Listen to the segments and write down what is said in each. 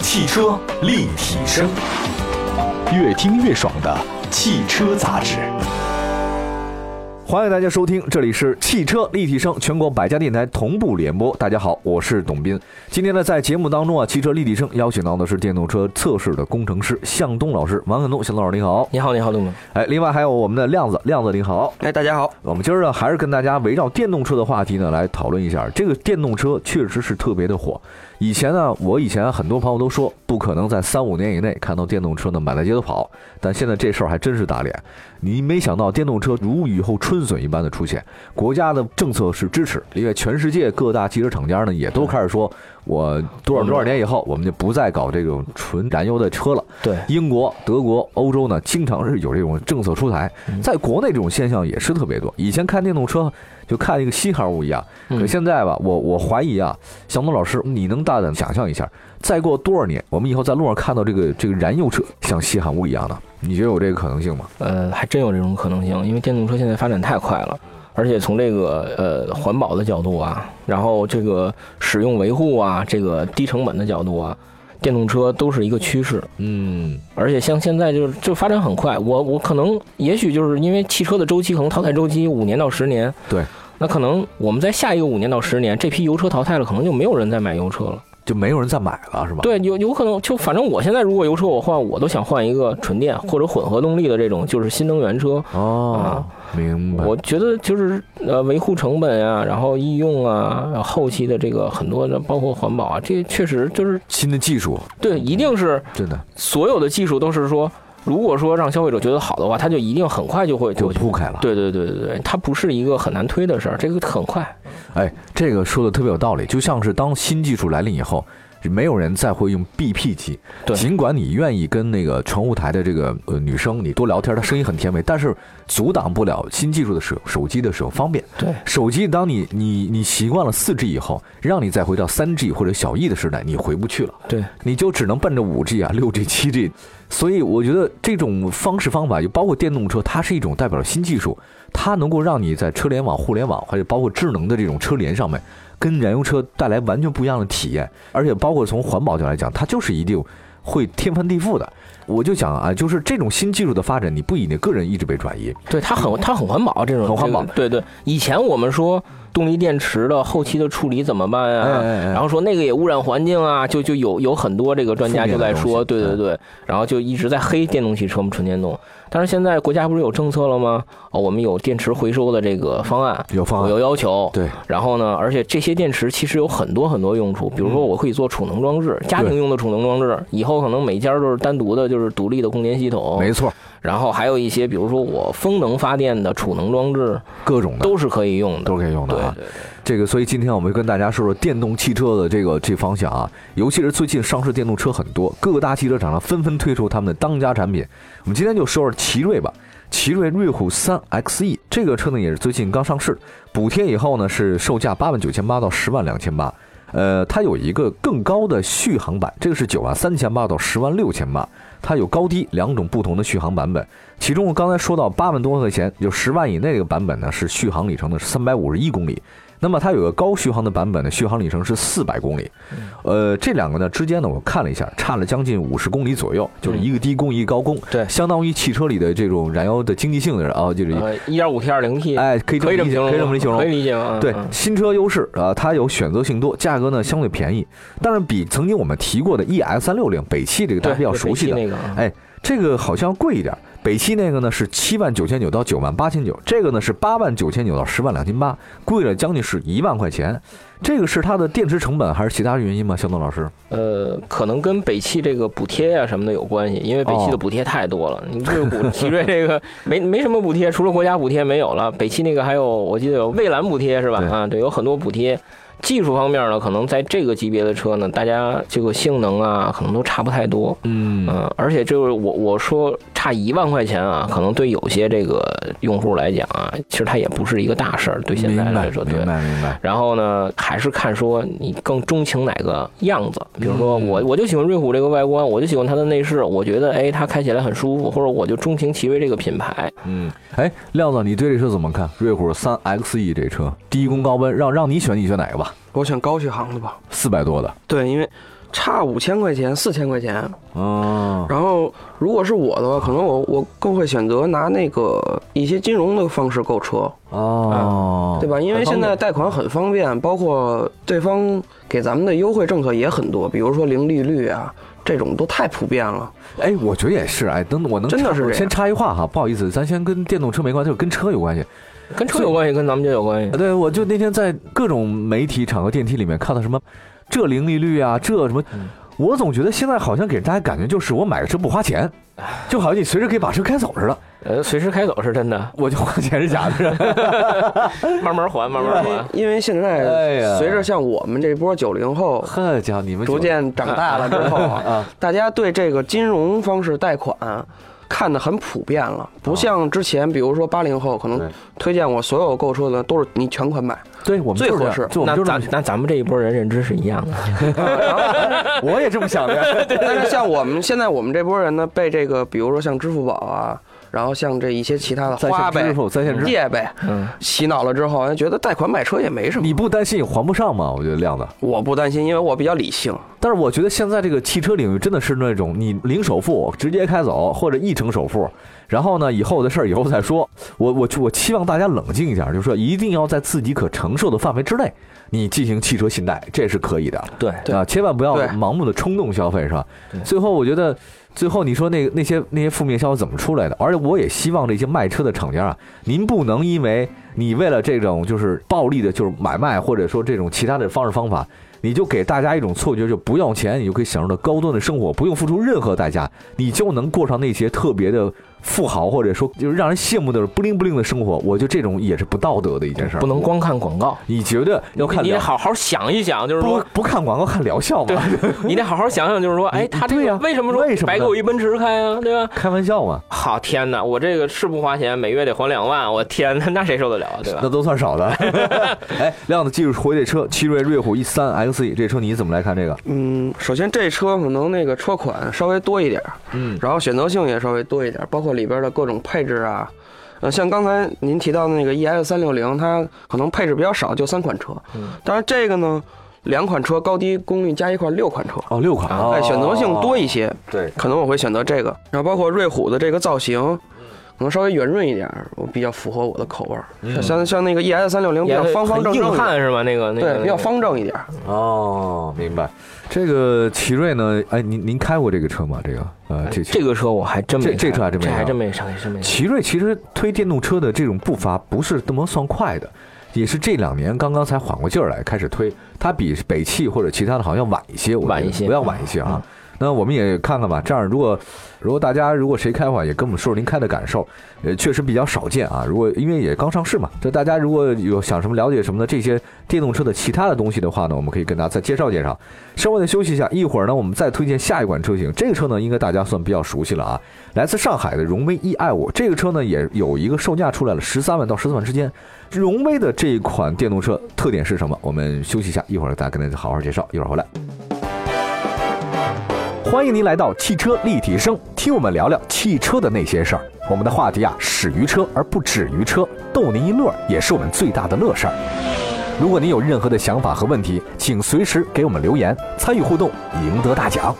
汽车立体声，越听越爽的汽车杂志。欢迎大家收听，这里是汽车立体声全国百家电台同步联播。大家好，我是董斌。今天呢，在节目当中啊，汽车立体声邀请到的是电动车测试的工程师向东老师，王向东，向东老师你好。你好，你好，东哥。哎，另外还有我们的亮子，亮子你好。哎，大家好。我们今儿呢，还是跟大家围绕电动车的话题呢来讨论一下。这个电动车确实是特别的火。以前呢，我以前很多朋友都说不可能在三五年以内看到电动车呢满大街都跑，但现在这事儿还真是打脸。你没想到电动车如雨后春笋一般的出现，国家的政策是支持，因为全世界各大汽车厂家呢也都开始说，我多少多少年以后我们就不再搞这种纯燃油的车了。对，英国、德国、欧洲呢，经常是有这种政策出台，嗯在国内这种现象也是特别多。以前看电动车就看一个稀罕物一样，嗯可现在吧，我我怀疑啊，向东老师，你能大胆想象一下，再过多少年，我们以后在路上看到这个这个燃油车像稀罕物一样的，你觉得有这个可能性吗？呃，还真有这种可能性，因为电动车现在发展太快了，而且从这个呃环保的角度啊，然后这个使用维护啊，这个低成本的角度啊，电动车都是一个趋势。嗯，而且像现在就是就发展很快，我我可能也许就是因为汽车的周期可能淘汰周期五年到十年，对，那可能我们在下一个五年到十年，这批油车淘汰了，可能就没有人再买油车了。就没有人再买了是吧？，对，有有可能就反正我现在如果油车我换，我都想换一个纯电或者混合动力的这种，就是新能源车。哦，明白。啊我觉得就是呃维护成本啊，然后易用啊，然后后期的这个很多的包括环保啊，这确实就是新的技术对，一定是真的所有的技术都是说，如果说让消费者觉得好的话，他就一定很快就会就过去。铺开了。对对对对对，它不是一个很难推的事儿，这个很快。哎，这个说的特别有道理，就像是当新技术来临以后，没有人再会用 BP 机。对尽管你愿意跟那个乘务台的这个呃女生你多聊天，她声音很甜美，但是阻挡不了新技术的使用手机的使用方便。对手机当你你你习惯了四 G 以后，让你再回到三 G 或者小 E 的时代，你回不去了。对，你就只能奔着五 G 啊、六 G、七 G。所以我觉得这种方式方法，就包括电动车，它是一种代表新技术，它能够让你在车联网、互联网，还有包括智能的这种车联上面，跟燃油车带来完全不一样的体验。而且包括从环保角来讲，它就是一定会天翻地覆的。我就想啊，就是这种新技术的发展，你不以你个人意志为转移，对，它很它很环保，啊这种很环保这个对对，以前我们说动力电池的后期的处理怎么办呀、哎哎哎然后说那个也污染环境啊，就就有有很多这个专家就在嗯说，负对面的东西嗯对对，然后就一直在黑电动汽车嘛，纯电动。但是现在国家不是有政策了吗？哦，我们有电池回收的这个方案，有方案有要求。对，然后呢，而且这些电池其实有很多很多用嗯处，比如说我可以做储能装置，家庭用的储能装置，以后可能每家都是单独的，就是独立的供电系统。没错，然后还有一些，比如说我风能发电的储能装置各种的都是可以用的，都是可以用的对啊。对对这个，所以今天我们跟大家说说电动汽车的这个这方向啊，尤其是最近上市电动车很多，各大汽车厂商纷纷推出他们的当家产品。我们今天就说说奇瑞吧，奇瑞瑞虎3 XE 这个车呢也是最近刚上市，补贴以后呢是售价八万九千八到十万两千八，呃，它有一个更高的续航版，这个是九万三千八到十万六千八，它有高低两种不同的续航版本。其中我刚才说到八万多块钱，就十万以内这个版本呢是续航里程的三百五十一公里。那么它有个高续航的版本呢，续航里程是四百公里，嗯呃，这两个呢之间呢，我看了一下，差了将近五十公里左右，就是一个低功一个高功，嗯对相当于汽车里的这种燃油的经济性的啊，就是呃，一点五 T 二零 T，哎，可以可以这这么么理解形容吗，可以这么理解吗可以理解吗？对嗯嗯新车优势啊，它有选择性多，价格呢相对便宜，但是比曾经我们提过的 EX 三六零北汽这个大对，家比较熟悉的北汽那个，嗯哎，这个好像贵一点儿。北汽那个呢是七万九千九到九万八千九，这个呢是八万九千九到十万两千八，贵了将近是一万块钱。这个是它的电池成本还是其他原因吗？肖东老师，呃，可能跟北汽这个补贴呀、什么的有关系，因为北汽哦的补贴太多了。你这个补 奇瑞这个没没什么补贴，除了国家补贴没有了，北汽那个还有我记得有蔚蓝补贴是吧？对啊，对，有很多补贴。技术方面呢，可能在这个级别的车呢，大家这个性能啊，可能都差不太多。嗯嗯，而且就是我我说差一万块钱啊，可能对有些这个用户来讲啊，其实它也不是一个大事儿，对现明在白，来说，对明。白，明白。然后呢，还是看说你更钟情哪个样子。比如嗯说我，我就喜欢瑞虎这个外观，我就喜欢它的内饰，我觉得哎，它开起来很舒服，或者我就钟情奇瑞这个品牌。嗯，哎，亮子，你对这车怎么看？瑞虎三 XE 这车低功高温，让让你选，你选哪个吧？我选高续航的吧。四百多的，对，因为差五千块钱、四千块钱。嗯，然后如果是我的话，可能我我更会选择拿那个一些金融的方式购车，哦，对吧？因为很方现便在贷款很方便，包括对方给咱们的优惠政策也很多，比如说零利率啊，这种都太普遍了。哎，我觉得也是，哎，等等，我能真的是这样先插一话哈，不好意思，咱先跟电动车没关系，就是跟车有关系。呃跟车有关系，跟咱们就有关系。对，我就那天在各种媒体场合、电梯里面看到什么，这零利率啊，这什么，嗯我总觉得现在好像给大家感觉就是我买个车不花钱，就好像你随时可以把车开走似的，呃，随时开走是真的，我就花钱是假的是 吧。 慢慢还，慢慢还。因为现哎呀在随着像我们这波九零后呵家伙，你们逐渐长大了之后 啊，嗯大家对这个金融方式贷款看得很普遍了，不像之前，比如说八零后可哦能对推荐我所有购车的都是你全款买， 对我们就是这样最合适就我们 就那是这咱么想那咱们这一波人认知是一 样的，我也这么想的。但是像我们现在我们这波人呢，被这个比如说像支付宝啊，然后像这一些其他的在花线呗支、付，在线支付，借呗嗯，洗脑了之后，觉得贷款买车也没什 么你。不担心你还不上吗？我觉得亮子。我不担心，因为我比较理性。但是我觉得现在这个汽车领域真的是那种你零首付直接开走，或者一成首付，然后呢以后的事儿以后再说。 我我我期望大家冷静一下，就是说一定要在自己可承受的范围之内，你进行汽车信贷，这是可以的。对啊，千万不要对盲目的冲动消费，是吧对？最后我觉得，最后你说那个那些那些负面消息怎么出来的？而且我也希望这些卖车的厂家啊，您不能因为你为了这种就是暴力的，就是买卖或者说这种其他的方式方法，你就给大家一种错觉，就不要钱，你就可以享受到高端的生活，不用付出任何代价，你就能过上那些特别的富豪或者说就是让人羡慕的不灵不灵的生活。我觉得这种也是不道德的一件事儿，不能光看广告，你觉得要看你得疗好好想一想，就是不说，不看广告看疗效 对吗？你得好好想想，就是说，哎，你他这对个呀为什么说为什么白呢给我一奔驰开啊，对吧？开玩笑嘛。好天哪，我这个是不花钱，每月得还两万，我天哪，那谁受得了啊，对吧那？都算少的。哎，亮子，继续回这车，奇瑞瑞虎 E 三 XE 这车你怎么来看这个？嗯，首先这车可能那个车款稍微多一点，嗯，然后选择性也稍微多一点，包括里边的各种配置啊，呃，像刚才您提到的那个 EX 三六零，它可能配置比较少，就三款车。嗯，当然这个呢，两款车高低功率加一块六款车，哦，六款，哎，选择性多一，一些，对，可能我会选择这个。然后包括瑞虎的这个造型，可能稍微圆润一点，我比较符合我的口味儿。像像那个 EX 三六零比较嗯也方方很正正硬一点，汉是吧？那个那个对，比较，方正一点。哦，明白。这个奇瑞呢？哎，您您开过这个车吗？这个呃，这这个车我还真没这这开车还真没这还开真没上，真没上。奇瑞其实推电动车的这种步伐不是那么算快的，也是这两年刚刚才缓过劲儿来开始推，它比北汽或者其他的好像晚一些，我觉得晚一些嗯不要晚一些啊。那我们也看看吧，这样如果如果大家如果谁开的话，也跟我们说说您开的感受，呃，确实比较少见啊。如果因为也刚上市嘛，这大家如果有想什么了解什么的这些电动车的其他的东西的话呢，我们可以跟大家再介绍介绍。稍微的休息一下，一会儿呢，我们再推荐下一款车型。这个车呢，应该大家算比较熟悉了啊，来自上海的荣威 E i 五。这个车呢，也有一个售价出来了，十三万到十四万之间。荣威的这一款电动车特点是什么？我们休息一下，一会儿再跟大家好好介绍。一会儿回来。欢迎您来到汽车立体声，听我们聊聊汽车的那些事儿。我们的话题啊，始于车而不止于车，逗您一乐也是我们最大的乐事儿。如果您有任何的想法和问题，请随时给我们留言，参与互动，赢得大奖。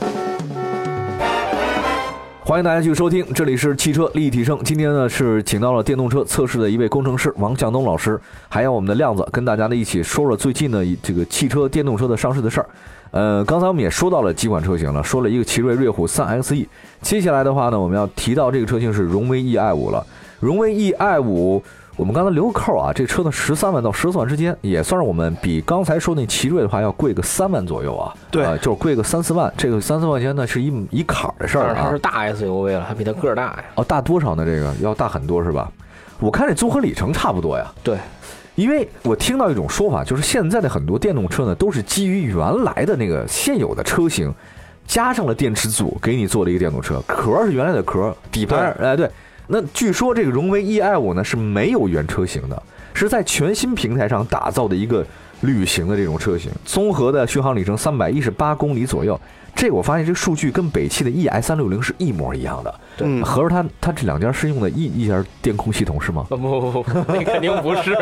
欢迎大家继续收听，这里是汽车立体声。今天呢是请到了电动车测试的一位工程师王向东老师，还有我们的亮子，跟大家呢一起说说最近的一这个汽车电动车的上市的事儿。呃，刚才我们也说到了几款车型了，说了一个奇瑞瑞虎3 XE，接下来的话呢，我们要提到这个车型是荣威 E i 五了。荣威 E i 五，我们刚才留个扣啊，这车呢十三万到十四万之间，也算是我们比刚才说那奇瑞的话要贵个三万左右啊。对呃就是贵个三四万，这个三四万块钱呢是一一坎儿的事但儿是啊它是。大 SUV 了，还比它个儿大呀。哦，大多少呢？这个要大很多是吧？我看这综合里程差不多呀。对，因为我听到一种说法，就是现在的很多电动车呢，都是基于原来的那个现有的车型，加上了电池组给你做了一个电动车，壳是原来的壳，底盘哎对。那据说这个荣威 E i 五呢是没有原车型的，是在全新平台上打造的一个旅行的这种车型，综合的续航里程三百一十八公里左右。这我发现这数据跟北汽的 ES 三六零是一模一样的。嗯合着它它这两家是用的一一家电控系统是吗？不不不不，那肯定不是，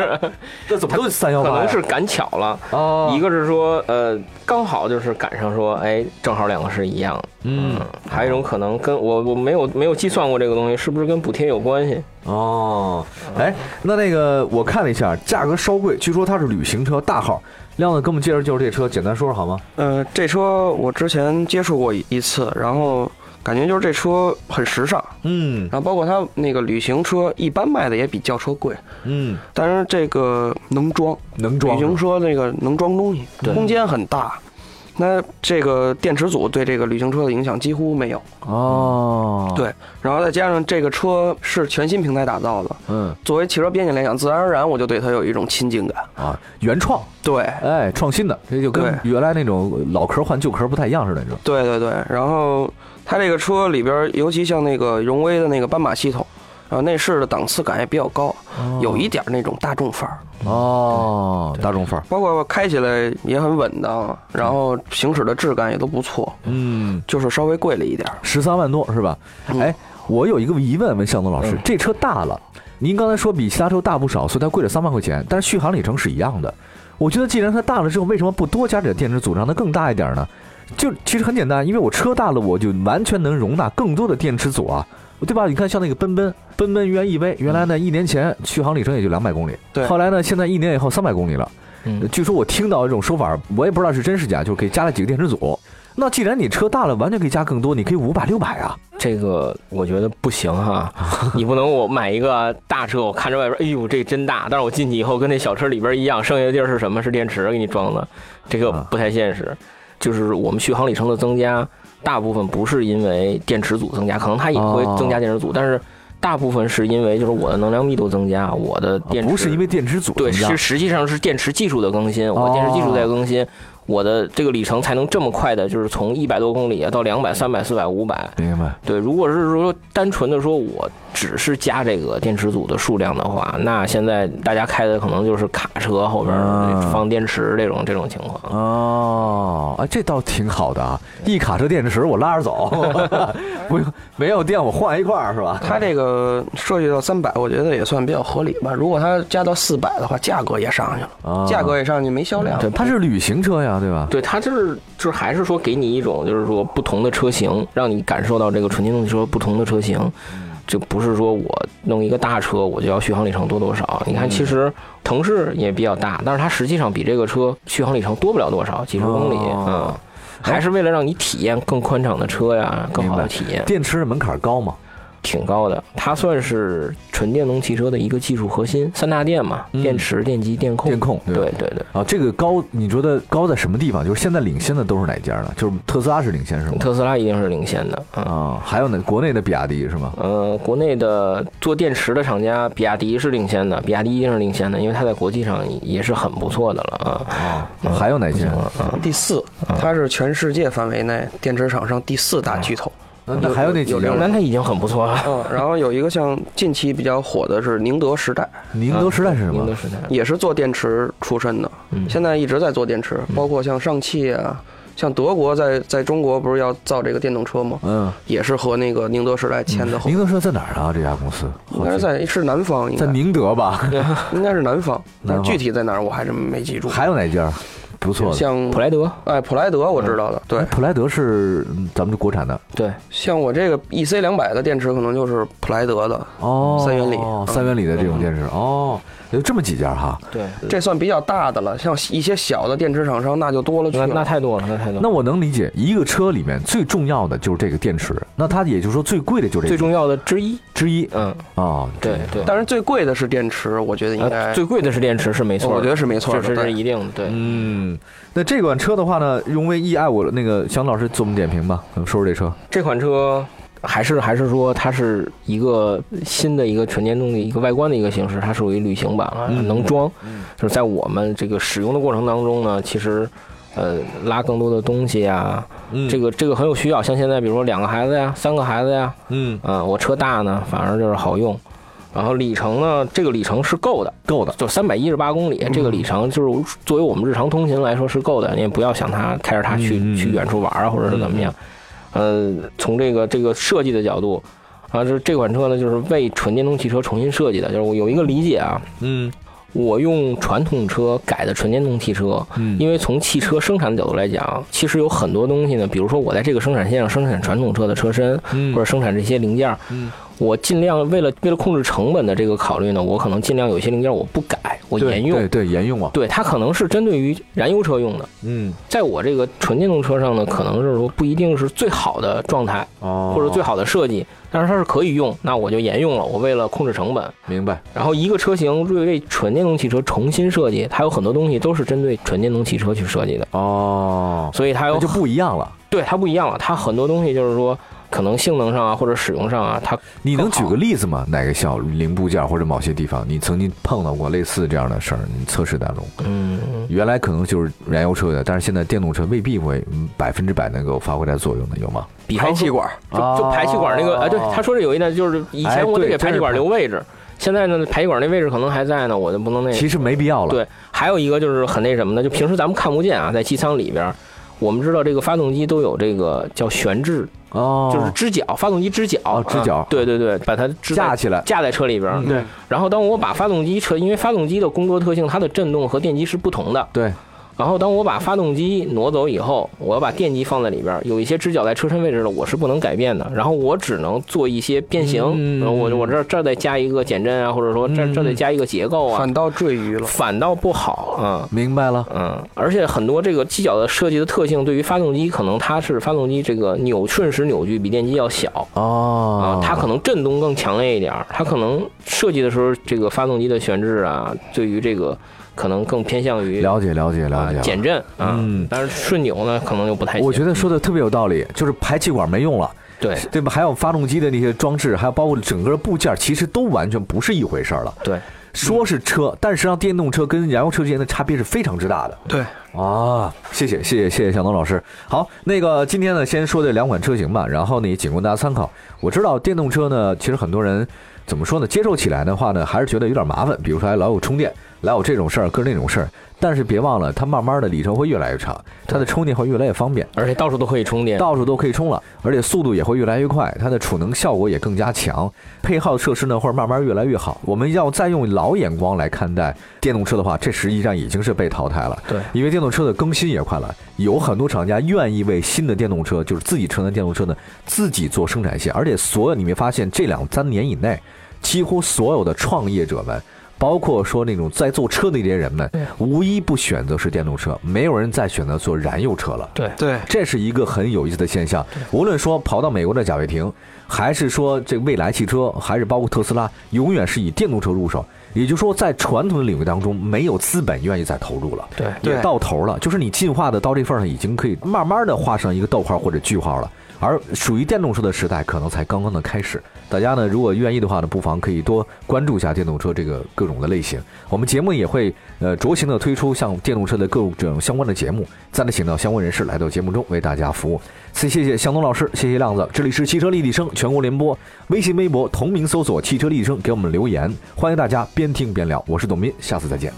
这怎么都三幺可八？能是赶巧了。啊，一个是说，呃，刚好就是赶上说，哎，正好两个是一样的。嗯还有一种可能跟我我没有没有计算过这个东西，是不是跟补贴有关系？哦，哎，那那个我看了一下，价格稍贵，据说它是旅行车大号。亮子给我们介绍介绍这车，简单说说好吗？呃，这车我之前接触过一一次，然后感觉就是这车很时尚，嗯然后包括它那个旅行车一般卖的也比轿车贵，嗯，但是这个能装，能旅装行车那个能装东西，对空间很大。那这个电池组对这个旅行车的影响几乎没有，哦，对然后再加上这个车是全新平台打造的，嗯作为汽车编辑来讲，自然而然我就对它有一种亲近感。啊，原创，对，哎，创新的，这就跟原来那种老壳换旧壳不太一样似的，你说？对对对，然后它这个车里边儿，尤其像那个荣威的那个斑马系统，然后内饰的档次感也比较高，有一点儿那种大众范儿，哦，大众范儿，包括开起来也很稳当，然后行驶的质感也都不错，嗯，就是稍微贵了一点儿。十三万多是吧？嗯哎，我有一个疑问问向东老师嗯，这车大了，您刚才说比其他车大不少，所以它贵了三万块钱，但是续航里程是一样的。我觉得既然它大了之后，为什么不多加点电池组让它更大一点呢？就其实很简单，因为我车大了，我就完全能容纳更多的电池组啊，对吧？你看像那个奔奔，奔奔 UNEV，原来呢一年前续航里程也就两百公里，嗯对后来呢现在一年以后三百公里了。嗯，据说我听到一种说法，我也不知道是真是假，就是可以加了几个电池组。那既然你车大了，完全可以加更多，你可以五百六百啊。这个我觉得不 行哈、你不能我买一个大车，我看着外边，哎呦这真大，但是我进去以后跟那小车里边一样，剩下的地儿是什么？是电池给你装的，这个啊不太现实。就是我们续航里程的增加，大部分不是因为电池组增加，可能它也会哦增加电池组，但是大部分是因为就是我的能量密度增加，我的电哦池、啊不是因为电池组对，增加哦是实际上是电池技术的更新，我电池技术在更新，我的这个里程才能这么快的，就是从一百多公里啊到两百、三百、四百、五百。明白对，如果是说单纯的说我只是加这个电池组的数量的话，那现在大家开的可能就是卡车后边嗯放电池这种这种情况。哦，哎，这倒挺好的啊，一卡车电池我拉着走， 不用没有电我换一块儿是吧？它这个设计到三百，我觉得也算比较合理吧。如果它加到四百的话，价格也上去了，啊价格也上去，没销量。对，它它是旅行车呀，对吧？对它就是就是还是说给你一种就是说不同的车型，让你感受到这个纯电动车不同的车型，就不是说我弄一个大车我就要续航里程多多少。你看，其实腾势也比较大，但是它实际上比这个车续航里程多不了多少，几十公里，哦嗯。还是为了让你体验更宽敞的车呀，更好明的白体验，电池的门槛高嘛？挺高的。它算是纯电动汽车的一个技术核心，三大电嘛，嗯电池、电机、电控。电控对吧对对，啊，这个高你觉得高在什么地方？就是现在领先的都是哪家呢？就是特斯拉是领先是吗？特斯拉一定是领先的啊。嗯啊，还有呢，国内的比亚迪是吗？呃，国内的做电池的厂家，比亚迪是领先的，比亚迪一定是领先的，因为它在国际上也是很不错的了啊。啊，还有哪些？嗯，第四，它是全世界范围内电池厂商第四大巨头。那那还有那几有家有？那它已经很不错了。嗯，然后有一个像近期比较火的是宁德时代，宁德时代是什啊宁么德？时代，也是做电池出身的，嗯现在一直在做电池，包括像上汽啊，像德国在在中国不是要造这个电动车吗？哦嗯，也是和那个宁德时代签的合嗯宁同，德时代在哪儿啊？这家公司应哎该是在是南方，应在该宁德吧？应该是南方，南但方具体在哪儿我还真没记住。还有哪家？不错的，像普莱嗯哎德，哎普莱德我知道的，对，普莱德是嗯咱们的国产的对，像我这个 EC 两百的电池可能就是普莱德的，哦，三元里嗯哦三元里的这种电池哦，有这么几家哈。对，这算比较大的了。像一些小的电池厂商那就多了去那那了。太多了，那太多了。那我能理解，一个车里面最重要的就是这个电池，那它也就是说最贵的就是这最个重要的之一，之一嗯，哦，对对。但是最贵的是电池，我觉得应该呃，最贵的是电池是没错的，我觉得是没错的这是对一定的。对，嗯，那这款车的话呢，荣威 E i 我那个翔老师做我们点评吧，我们说说这车。这款车还是还是说它是一个新的一个纯电动的一个外观的一个形式，它属于旅行版啊，嗯能装嗯，就是在我们这个使用的过程当中呢，其实。呃，拉更多的东西啊，嗯这个这个很有需要。像现在，比如说两个孩子呀，三个孩子呀，嗯啊、我车大呢，反而就是好用。然后里程呢，这个里程是够的，够的。嗯就三百一十八公里，这个里程就是作为我们日常通勤来说是够的，你也不要想它开着它去、嗯嗯嗯嗯去远处玩啊，或者是怎么样。呃，从这个这个设计的角度，啊，就是这款车呢，就是为纯电动汽车重新设计的，就是我有一个理解啊，嗯我用传统车改的纯电动汽车。嗯因为从汽车生产的角度来讲，其实有很多东西呢，比如说我在这个生产线上生产传统车的车身，嗯或者生产这些零件，嗯我尽量为了为了控制成本的这个考虑呢，我可能尽量有些零件我不改，我对沿嗯用。对对沿用啊，对它可能是针对于燃油车用的，嗯在我这个纯电动车上呢，可能是说不一定是最好的状态哦，或者最好的设计，但是它是可以用，那我就沿用了。我为了控制成本，明白，然后一个车型为纯电动汽车重新设计，它有很多东西都是针对纯电动汽车去设计的，哦，所以它有那就不一样了。对它不一样了，它很多东西就是说可能性能上啊或者使用上啊，它你能更好举个例子吗？哪个小零部件或者某些地方，你曾经碰到过类似这样的事儿？你测试当中，嗯原来可能就是燃油车的，但是现在电动车未必会嗯百分之百能够发挥它作用的，有吗？比排方说气管，就就排气管那个，哎，对，他说这有一代就是以哦哎前我得对给排气管真是留位置，现在呢排气管那位置可能还在呢，我就不能那个。其实没必要了。对，还有一个就是很那什么的，就平时咱们看不见啊，在机舱里边儿，我们知道这个发动机都有这个叫悬置，哦，就是支脚，发动机支脚，哦支啊脚对对对，把它支在架起来架在车里边儿。嗯对，然后当我把发动机车，因为发动机的工作特性，它的震动和电机是不同的。对，然后当我把发动机挪走以后，我要把电机放在里边儿，有一些支脚在车身位置的，我是不能改变的。然后我只能做一些变形，嗯然后我我这儿这儿再加一个减震啊，或者说这儿这儿再加一个结构啊反，倒赘鱼了。反倒不好啊。嗯明白了。嗯，而且很多这个机脚的设计的特性，对于发动机可能它是发动机这个扭瞬时扭矩比电机要小啊、哦，它可能震动更强烈一点儿，它可能设计的时候这个发动机的悬置啊，对于这个可能更偏向于了解了解啊了解了。减震啊，嗯但是顺扭呢可能就不太行。我觉得说的特别有道理，就是排气管没用了，对对吧？还有发动机的那些装置，还有包括整个部件，其实都完全不是一回事儿了。对，说是车，但实际上电动车跟燃油车之间的差别是非常之大的。对，啊，谢谢谢谢谢谢向东老师。好，那个今天呢，先说这两款车型吧，然后呢也仅供大家参考。我知道电动车呢，其实很多人怎么说呢，接受起来的话呢，还是觉得有点麻烦，比如说还老有充电，老有这种事儿，各种那种事儿。但是别忘了，它慢慢的里程会越来越长，它的充电会越来越方便。而且到处都可以充电。到处都可以充了，而且速度也会越来越快，它的储能效果也更加强，配套设施呢会慢慢越来越好。我们要再用老眼光来看待电动车的话，这实际上已经是被淘汰了。对，因为电动车的更新也快了，有很多厂家愿意为新的电动车，就是自己承担电动车呢，自己做生产线，而且所有你没发现这两三年以内，几乎所有的创业者们。包括说那种在做车的这些人们，无一不选择是电动车，没有人再选择做燃油车了。对对，这是一个很有意思的现象。无论说跑到美国的贾跃亭，还是说这未来汽车，还是包括特斯拉，永远是以电动车入手。也就是说，在传统的领域当中，没有资本愿意再投入了，对也对到头了。就是你进化的到这份儿上，已经可以慢慢的画上一个逗号或者句号了。而属于电动车的时代，可能才刚刚的开始。大家呢，如果愿意的话呢，不妨可以多关注一下电动车这个各种的类型。我们节目也会呃酌情的推出像电动车的各种相关的节目，再来请到相关人士来到节目中呃为大家服务。谢谢谢向东老师，谢谢亮子，这里是汽车立体声全国联播，微信微博同名搜索汽车立体声，给我们留言，欢迎大家边听边聊。我是董斌，下次再见。